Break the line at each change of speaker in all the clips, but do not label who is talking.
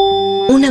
Una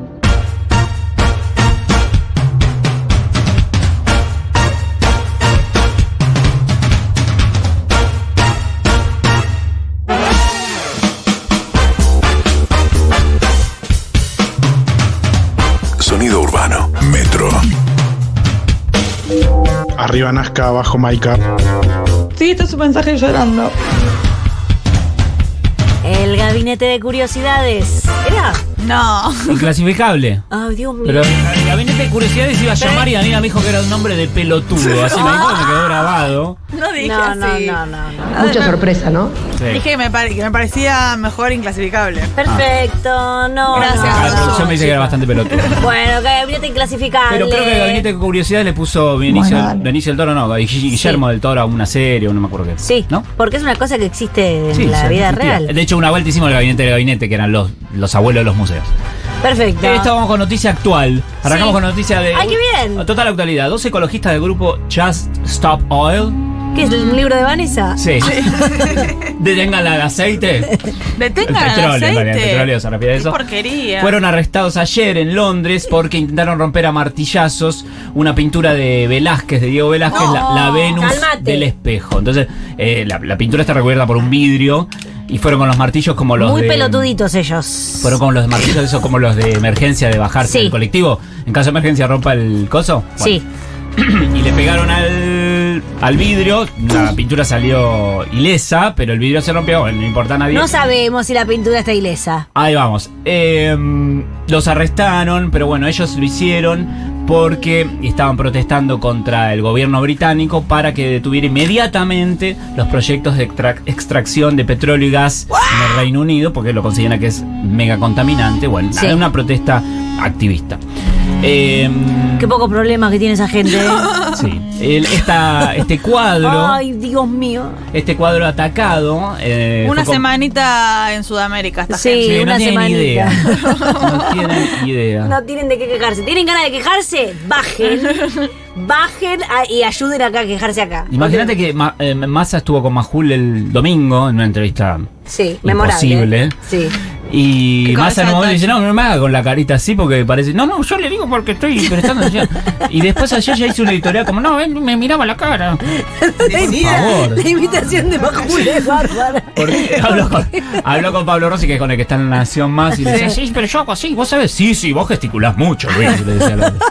Sonido urbano. Metro.
Arriba Nazca, abajo Maika.
Sí, este es un mensaje llorando.
El gabinete de curiosidades. ¿Era?
No.
Inclasificable.
Ay, Dios mío.
Pero el gabinete de curiosidades iba a llamar y Daniela me dijo que era un nombre de pelotudo. Así me dijo que me quedó grabado.
No dije
no, no,
así.
no, no, no.
Mucha sorpresa, ¿no?
Sí.
Dije que me, pare- que me parecía mejor inclasificable.
Perfecto, no.
Gracias.
Ah,
no.
la producción me dice que era bastante pelotudo.
Bueno, gabinete inclasificable.
Pero creo que el gabinete de curiosidades le puso Benicio, Benicio del Toro, no, Guille- Guillermo del Toro a una serie o no me acuerdo qué.
Sí,
¿No?
porque es una cosa que existe en
Sí, Eh,
la
se
vida
discutía.
real.
De hecho, una vuelta hicimos el gabinete del gabinete, que eran los, los abuelos de los museos.
Perfecto.
eh, Esto vamos con noticia actual. Arrancamos
Sí.
con noticia de.
¡Ay, qué bien!
Total actualidad. Dos ecologistas del grupo Just Stop Oil.
¿Qué es un libro de Vanessa?
Sí. Detengan al aceite.
Detengan el
El petróleo, en
aceite.
realidad, el petróleo se refiere a eso.
Qué porquería.
Fueron arrestados ayer en Londres porque intentaron romper a martillazos una pintura de Velázquez, de Diego Velázquez,
No,
la,
Oh,
la Venus
calmate.
del espejo. Entonces, eh, la, la pintura está recubierta por un vidrio y fueron con los martillos como los
Muy
de-
pelotuditos ellos.
Fueron con los martillos, esos como los de emergencia, de bajarse
Sí.
del colectivo. En caso de emergencia rompa el coso. Bueno,
Sí.
y le pegaron al, al vidrio. La pintura salió ilesa, pero el vidrio se rompió. Bueno, no importa a nadie.
No sabemos si la pintura está ilesa.
Ahí vamos. Em, los arrestaron, pero bueno, ellos lo hicieron porque estaban protestando contra el gobierno británico para que detuviera inmediatamente los proyectos de extra- extracción de petróleo y gas en el Reino Unido, porque lo consideran que es mega contaminante. Bueno,
Sí.
nada, una protesta activista. Em,
Qué pocos problemas que tiene esa gente. ¿eh?
sí. El- esta- este cuadro,
Ay, Dios mío.
este cuadro atacado. eh,
Una
fue con-
semanita en Sudamérica esta
Sí.
gente.
Sí, no
una
tienen
semanita.
idea. No tienen idea.
No tienen de qué quejarse. ¿Tienen ganas de quejarse? Bajen. Bajen a- y ayuden acá a quejarse acá.
Imagínate que Ma- eh, Massa estuvo con Majul el domingo en una entrevista.
Sí, memorable. ¿eh?
Imposible.
Sí.
Y
Qué
Massa en
cabeza
un momento
de
dice, no, no me haga con la carita así porque parece... No, no, yo le digo porque estoy prestando atención. y después ayer ya hizo una editorial como, no, él me miraba la cara. Por favor.
La invitación de Majul es bárbara.
Porque habló, con, habló con Pablo Rossi, que es con el que está en la nación más, y le decía, sí, pero yo hago así, vos sabés, sí, sí, vos gesticulás mucho, Luis", le decía al otro.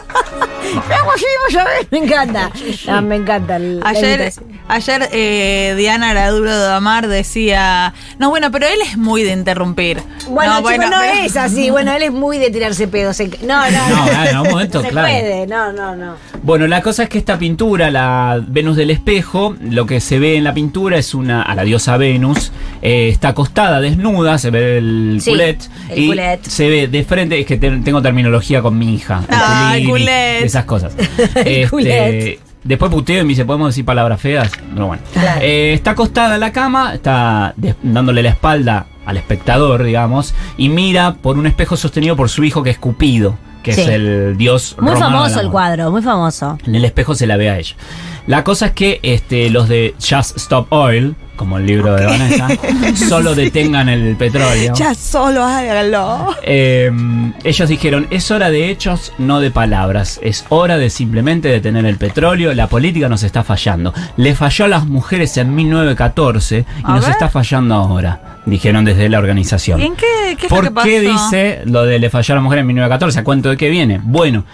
Me encanta. Ah, me encanta. el- la
Ayer,
invitación.
ayer eh, Diana Araduro de Amar decía, no, bueno, pero él es muy de interrumpir.
Bueno, chicos, no
pero-
es así. Bueno, él es muy de tirarse pedos. en ca- No, no,
No, en algún momento,
se
claro.
puede. No, no, no.
Bueno, la cosa es que esta pintura, la Venus del espejo, lo que se ve en la pintura es una a la diosa Venus, eh, está acostada, desnuda, se ve el
Sí,
culet
el
y
culet.
se ve de frente, es que te- tengo terminología con mi hija, el
Ah, el
culini,
culet.
esas cosas. Este,
culet.
Después puteo y me dice, ¿podemos decir palabras feas? No, bueno.
Claro.
Eh, está acostada en la cama, está des- dándole la espalda al espectador, digamos, y mira por un espejo sostenido por su hijo que es Cupido, que es
Sí.
el dios
Muy
romano del
famoso el
amor.
cuadro, muy famoso.
En el espejo se la ve a ella. La cosa es que este, los de Just Stop Oil, como el libro de Vanessa, solo detengan el petróleo.
Ya solo hágalo.
Eh, ellos dijeron, es hora de hechos, no de palabras. Es hora de simplemente detener el petróleo. La política nos está fallando. Le falló a las mujeres en 1914 y
A
nos
ver.
está fallando ahora, dijeron desde la organización.
¿Y en qué, qué es lo
¿Por
que pasó?
qué dice lo de le falló a la mujer en 1914? ¿A cuánto de qué viene? Bueno,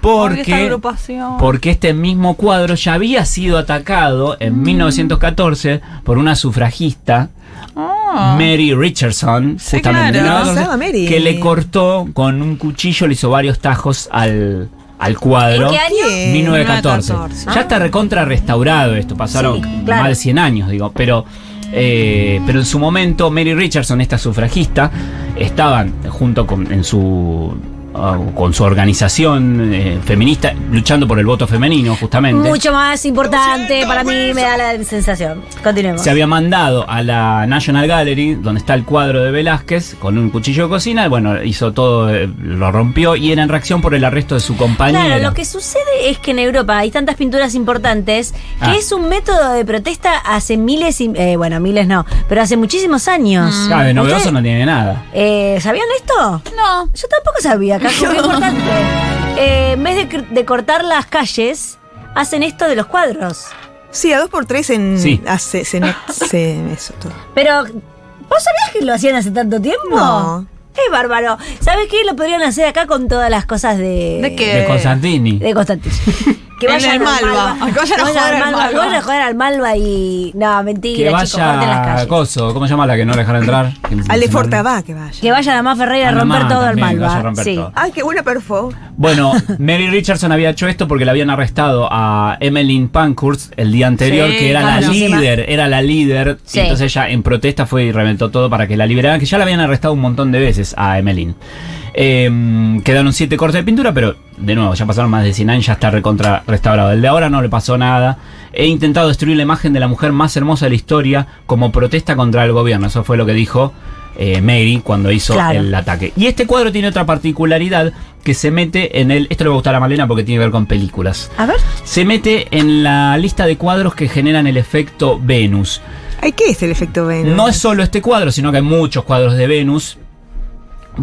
Porque esta
porque,
agrupación.
porque este mismo cuadro ya había sido atacado
Mm.
en 1914 por una sufragista,
Ah.
Mary Richardson,
Sí,
justamente,
claro.
¿no?
¿Qué
pasaba, Mary?
que le cortó con un cuchillo, le hizo varios tajos al, al cuadro.
¿En qué año?
1914.
1914.
Ya está recontra restaurado esto, pasaron
Sí, claro.
más de 100 años, digo, pero, eh, pero en su momento Mary Richardson, esta sufragista, estaban junto con en su ah, con su organización eh, feminista, luchando por el voto femenino, justamente.
Mucho más importante para mí, me da la sensación. Continuemos.
se había mandado a la National Gallery, donde está el cuadro de Velázquez, con un cuchillo de cocina, y bueno, hizo todo, eh, lo rompió, y era en reacción por el arresto de su compañero.
Claro, lo que sucede es que en Europa hay tantas pinturas importantes que
Ah.
es un método de protesta hace miles y. eh, bueno, miles no, pero hace muchísimos años.
Ah, de novedoso
¿Ustedes,
no tiene nada.
eh, ¿Sabían esto?
No.
Yo tampoco sabía, Cacu, qué importante. Eh, en vez de, cr- de cortar las calles, hacen esto de los cuadros.
Sí, a 2x3 en.
Sí.
hace- se, ne- se- eso todo.
Pero, ¿vos sabías que lo hacían hace tanto tiempo?
No.
Es bárbaro. ¿Sabes qué? Lo podrían hacer acá con todas las cosas de.
¿De qué?
De Constantini.
Eh, De Constantino. Que
En
vayan
el
al
Malva. Que vayan a jugar al Malva.
Vayan a jugar al Malva y. No, mentira,
que
chicos, corten las
vaya
calles.
Coso, ¿cómo se llama la que no dejaron entrar? Que-
Al de
se me-
Forta, va, que vaya.
Que vayan a más Ferreira a
Ana
romper
Má
todo al
también, que vaya a
Malva.
romper
Sí.
todo.
Ay, qué buena perfo.
Bueno, Mary Richardson había hecho esto porque la habían arrestado a Emmeline Pankhurst el día anterior,
Sí,
que era la
famosísima.
líder, era la líder. y
Sí.
entonces ella en protesta fue y reventó todo para que la liberaran, que ya la habían arrestado un montón de veces a Emmeline. Eh, quedaron siete cortes de pintura, pero de nuevo, ya pasaron más de 100 años, ya está recontra restaurado. El de ahora no le pasó nada. He intentado destruir la imagen de la mujer más hermosa de la historia como protesta contra el gobierno. Eso fue lo que dijo eh, Mary cuando hizo
Claro.
el ataque. Y este cuadro tiene otra particularidad que se mete en el... Esto le va a gustar a Malena porque tiene que ver con películas.
A ver.
Se mete en la lista de cuadros que generan el efecto Venus.
Ay, ¿qué es el efecto Venus?
No es solo este cuadro, sino que hay muchos cuadros de Venus.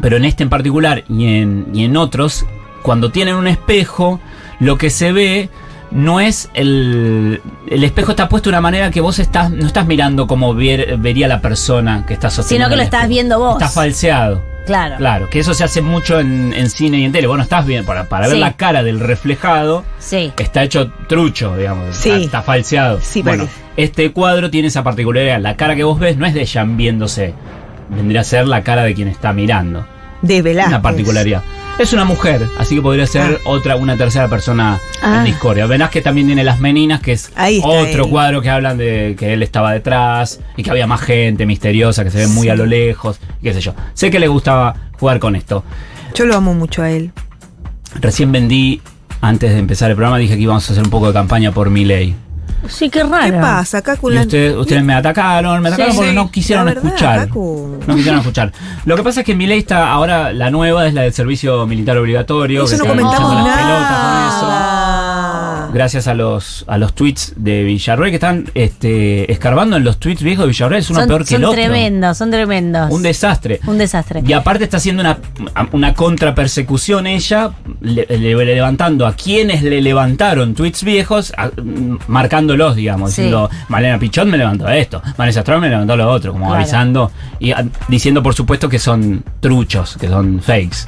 Pero en este en particular y en, y en otros, cuando tienen un espejo, lo que se ve no es el... El espejo está puesto de una manera que vos estás, no estás mirando como ver- vería la persona que está sosteniendo
Sino que lo
el
estás
espejo.
viendo vos.
Está falseado.
Claro.
Claro, que eso se hace mucho en, en cine y en tele. Bueno, estás bien, para, para ver
Sí.
la cara del reflejado,
Sí.
está hecho trucho, digamos.
Sí.
Está, está falseado.
Sí,
bueno,
parece.
este cuadro tiene esa particularidad. La cara que vos ves no es de ella viéndose. Vendría a ser la cara de quien está mirando.
De Velázquez.
Una particularidad. Es una mujer, así que podría ser
Ah.
otra, una tercera persona en discordia. Verás que también tiene Las Meninas, que es
Ahí está
otro
él.
cuadro que hablan de que él estaba detrás y que había más gente misteriosa que se ve muy a lo lejos, y qué sé yo. Sé que le gustaba jugar con esto.
Yo lo amo mucho a él.
Recién vendí, antes de empezar el programa, dije que íbamos a hacer un poco de campaña por mi ley.
Sí, qué
¿Qué
raro.
pasa, Cacu?
Y ustedes, ustedes me atacaron, me atacaron
Sí,
porque
sí.
no quisieron
La verdad,
escuchar.
Facu.
No quisieron escuchar. Lo que pasa es que mi ley está ahora, la nueva es la del servicio militar obligatorio.
Eso
que
no
se van
comentamos
hinchando las pelotas con eso.
nada.
Gracias a los, a los tweets de Villarroel que están este, escarbando en los tweets viejos de Villarroel, es uno
son
peor que
son
el otro.
tremendos, son tremendos.
Un desastre.
Un desastre.
Y aparte está haciendo una, una contrapersecución ella, le- le- levantando a quienes le levantaron tweets viejos, a- mm, marcándolos, digamos,
Sí.
diciendo, Malena Pichón me levantó esto, Vanessa Strong me levantó lo otro, como
Claro.
avisando y ah, diciendo por supuesto que son truchos, que son fakes.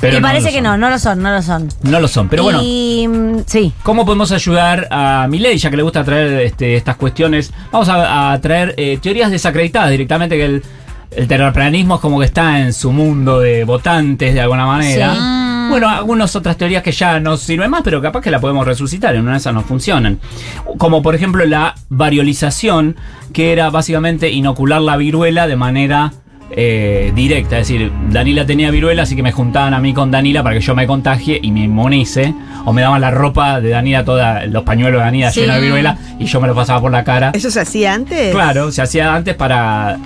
Pero
y
no
parece
lo
que
son.
no, no lo son, no lo son.
No lo son, pero bueno.
Y. mm, Sí.
¿Cómo podemos ayudar a Milei, ya que le gusta traer este, estas cuestiones? Vamos a, a traer eh, teorías desacreditadas directamente, que el, el terraplanismo es como que está en su mundo de votantes de alguna manera.
Sí.
Bueno, algunas otras teorías que ya no sirven más, pero capaz que la podemos resucitar, en una de esas no funcionan. Como por ejemplo la variolización, que era básicamente inocular la viruela de manera eh, directa. Es decir, Danila tenía viruela, así que me juntaban a mí con Danila para que yo me contagie y me inmunice. O me daban la ropa de Danila toda, los pañuelos de Danila
Sí.
llenos de viruela y yo me lo pasaba por la cara.
¿Eso se hacía antes?
Claro, se hacía antes para.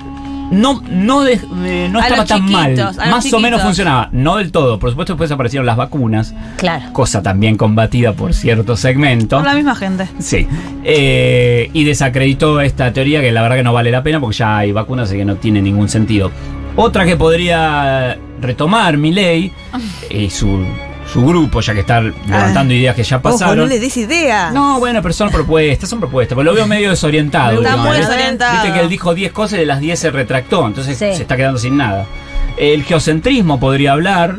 No, no, de- eh, no
A
estaba
los
tan mal.
chiquitos, a los
Más o menos
chiquitos.
funcionaba. No del todo. Por supuesto, después aparecieron las vacunas,
Claro.
cosa también combatida por cierto segmento.
Por la misma gente.
Sí. Eh, y desacreditó esta teoría que la verdad que no vale la pena porque ya hay vacunas y que no tiene ningún sentido. Otra que podría retomar Milei y su, su grupo, ya que está levantando
Ah.
ideas que ya
Ojo,
pasaron.
no le des idea.
No, bueno, pero son propuestas, son propuestas. Pero lo veo medio desorientado.
Está muy
últimamente.
desorientado.
¿eh? Viste que él dijo 10 cosas y de las 10 se retractó, entonces
Sí.
se está quedando sin nada. El geocentrismo podría hablar.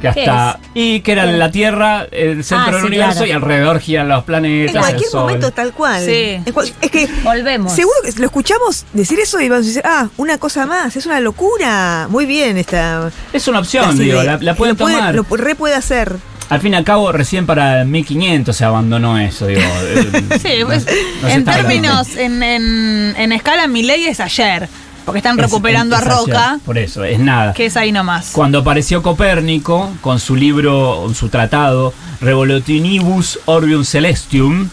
Que
¿Qué
hasta. Y que era
¿Qué?
la Tierra, el centro
Ah,
del
sí,
universo,
claro.
y alrededor giran los planetas.
En
el
cualquier
Sol.
momento tal cual.
Sí.
En cual- Es que
Volvemos.
seguro que lo escuchamos decir eso y vamos a decir, ah, una cosa más, es una locura. Muy bien esta...
Es una opción,
las
digo, la,
ideas.
la pueden
Lo puede-
tomar.
Lo re puede hacer.
Al fin y al cabo, recién para 1500 se abandonó eso, digo. eh,
Sí, pues,
no se
en
está hablando.
términos, en, en, en escala, mi ley es ayer. Porque están
Es-
recuperando
es-
a
es
Roca,
hacia- Por eso, es nada.
que es ahí nomás.
Cuando apareció Copérnico con su libro, con su tratado, Revolotinibus Orbium Celestium,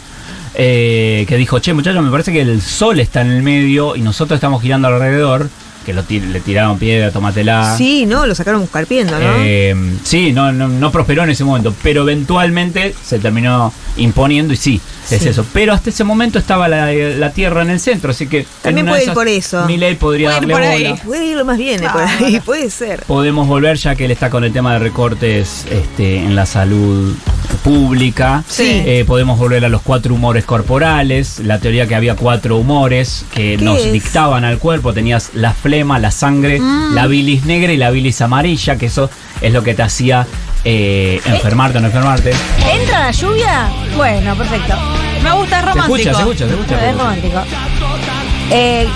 eh, que dijo, che muchachos, me parece que el sol está en el medio y nosotros estamos girando alrededor, que lo tir- le tiraron piedra, tomatela.
Sí, ¿no? Lo sacaron buscarpiendo, ¿no?
Ah. Eh, sí, no, no, no prosperó en ese momento, pero eventualmente se terminó imponiendo y sí, es
Sí.
eso. Pero hasta ese momento estaba la, la Tierra en el centro, así que... en
También
una
puede
de
ir
esas,
por eso.
Milei podría
Puede ir
darle
por ahí.
bola.
Puede irlo más bien, eh, por
Ah.
ahí, puede ser.
Podemos volver ya que él está con el tema de recortes este, en la salud pública.
Sí.
Eh, podemos volver a los cuatro humores corporales, la teoría que había cuatro humores que
¿Qué
nos
es?
dictaban al cuerpo. Tenías la flema, la sangre, la bilis negra y la bilis amarilla, que eso es lo que te hacía eh, enfermarte o no enfermarte.
¿Entra la lluvia? Bueno, perfecto.
Me gusta, es
Se
romántico.
escucha, se escucha, se escucha.
Es romántico. Eh,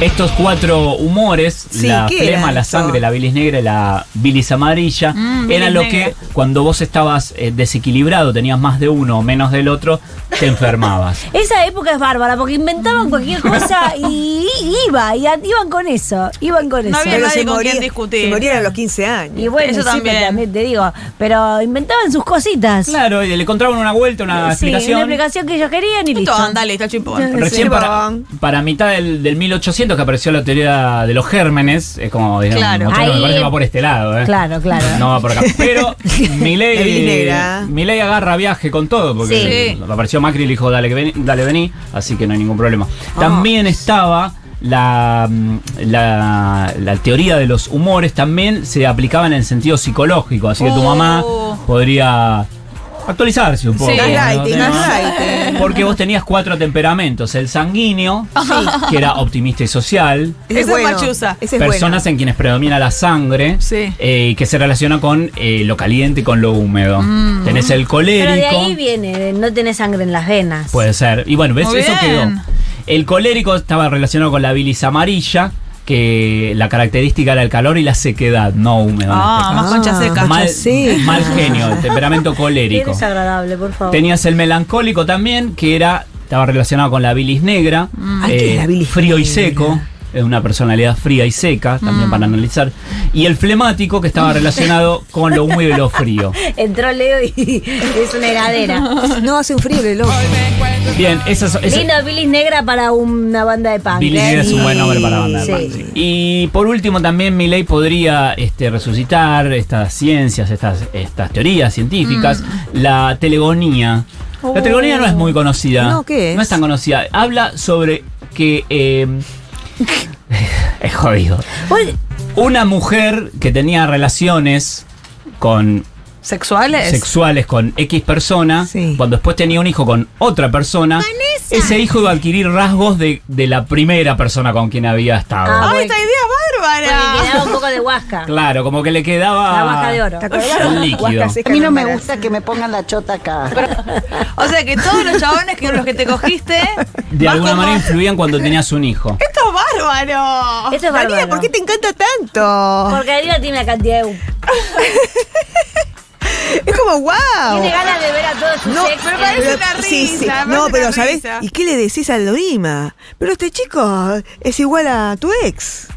Estos cuatro humores,
Sí,
la
¿qué
flema,
era
la
eso?
sangre, la bilis negra y la bilis amarilla,
Mm,
era
bilis
lo
negra.
que cuando vos estabas eh, desequilibrado, tenías más de uno o menos del otro, te enfermabas.
esa época es bárbara porque inventaban cualquier cosa y iba, y a- iban con eso, iban con
No
eso.
había nadie con quien discutir.
se morían a los 15 años.
Y bueno,
Eso
sí,
también.
pero te digo, pero inventaban sus cositas.
Claro, y le encontraban una vuelta, una
sí,
explicación.
una explicación que ellos querían y
Listo,
listo.
anda, listo, chimpón.
Recién
Sí,
para,
van.
para mitad del, del 1800 que apareció la teoría de los gérmenes, es como, digamos,
Claro.
muchachos, me
Ahí-
parece que va por este lado, ¿eh?
Claro, claro.
No va por acá. Pero
La bilis negra.
Milei, Milei agarra viaje con todo, porque
Sí.
apareció Macri y le dijo, dale, que vení, dale, vení, así que no hay ningún problema.
Oh.
También estaba la, mm, la, la teoría de los humores, también se aplicaba en el sentido psicológico, así que tu
Oh.
mamá podría actualizarse un poco.
Sí.
¿no?
Gaslighting,
Tema.
gaslighting.
Porque vos tenías cuatro temperamentos, el sanguíneo, que era optimista y social,
Ese
Ese es machuza.
Ese es
personas
bueno.
en quienes predomina la sangre
Sí.
eh, y que se relaciona con eh, lo caliente y con lo húmedo.
Mm.
Tenés el colérico.
Pero de ahí viene, de no tener sangre en las venas.
Puede ser. Y bueno, ¿ves?
Muy
Eso quedó.
bien.
El colérico estaba relacionado con la bilis amarilla, que la característica era el calor y la sequedad, no húmedo. en
Ah,
este
más concha seca.
caso. mal,
sí.
mal genio, el temperamento
Qué
colérico.
desagradable, por favor.
Tenías el melancólico también, que era estaba relacionado con la bilis negra,
Mm.
eh,
Ay, ¿qué es la bilis
frío y
negra? Mm.
seco, es una personalidad fría y seca, también para analizar, y el flemático, que estaba relacionado con lo húmedo y lo frío.
Entró Leo y es una heladera.
No, hace un frío que loco.
Bien, esas, esas-
Lindo Bilis Negra para una banda de punk.
Billy Neal es un buen nombre para banda. de
Sí.
punk, sí. Y por último también Milley podría este, resucitar estas ciencias, estas, estas teorías científicas, la telegonía. La telegonía no es muy conocida.
No, ¿qué
No es tan conocida. Habla sobre que... eh, es jodido.
Uy,
Una mujer que tenía relaciones con
¿Sexuales?
sexuales con X persona,
Sí.
cuando después tenía un hijo con otra persona, ese hijo iba a adquirir rasgos de, de la primera persona con quien había estado.
Ah,
¡Ay, esta idea
porque
bárbara!
quedaba un poco de huasca.
Claro, como que le quedaba
La baja de oro.
¿Te acordás?
Un líquido.
Huasca seca
A mí no
en
me
embarazo.
gusta que me pongan la chota acá.
O sea que todos los chabones con los que te cogiste.
de
vas
alguna
como,
manera influían cuando tenías un hijo.
¡Esto es bárbaro!
Esto es
Daniela,
bárbaro.
¿por qué te encanta
Ah.
tanto?
Porque Adriana tiene una cantidad de...
Es como wow.
Tiene ganas de ver a todos sus
No,
ex. eh.
pero parece
en-
Pero-
una risa, parece
No,
una
pero ¿sabes?
risa.
¿Y qué le decís al Dorima? Pero este chico es igual a tu ex.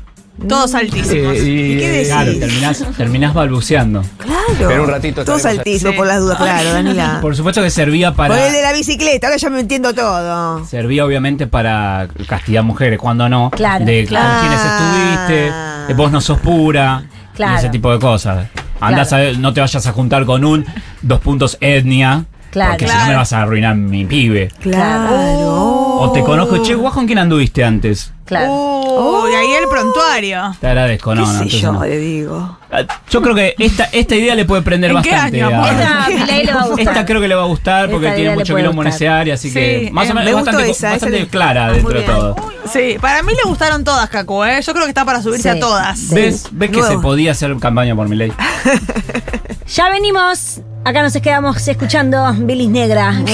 Todos altísimos.
¿Y qué
Eh,
decís?
claro, terminás, terminás balbuceando.
Claro.
Pero un ratito
Todo
estaremos
saltísimo
ahí.
por las dudas, claro, Daniela.
Por supuesto que servía para.
Por el de la bicicleta, ahora ya me entiendo todo.
Servía obviamente para castigar mujeres, cuando no.
Claro,
de
claro.
con quienes estuviste, de vos no sos pura,
Claro.
y ese tipo de cosas. Andá
Claro.
a ver, no te vayas a juntar con un dos puntos etnia,
Claro.
porque si
Claro.
no me vas a arruinar mi pibe.
Claro.
O te conozco, che, vos con quién anduviste antes.
Claro.
Uh, y ahí el prontuario.
Te agradezco,
¿Qué
no, no,
sé
entonces
yo
no.
le digo?
Ah, Yo creo que esta, esta idea le puede prender
¿En qué
bastante.
año,
a-
amor?
Esta a Milei le va a gustar.
Esta creo que le va a gustar
Esta
porque
idea
tiene
le
mucho
puede
quilombo en
gustar.
ese área, así que
Sí,
más
eh,
o menos
me gustó
bastante,
esa, esa
bastante
le-
clara
Ah, muy
dentro de
bien.
todo.
Sí, para mí le gustaron todas, Cacu, ¿eh? Yo creo que está para subirse
Sí.
a todas.
Sí.
¿Ves, ves que
Nuevo.
se podía hacer campaña por mi ley?
Ya venimos. Acá nos quedamos escuchando Bilis Negra.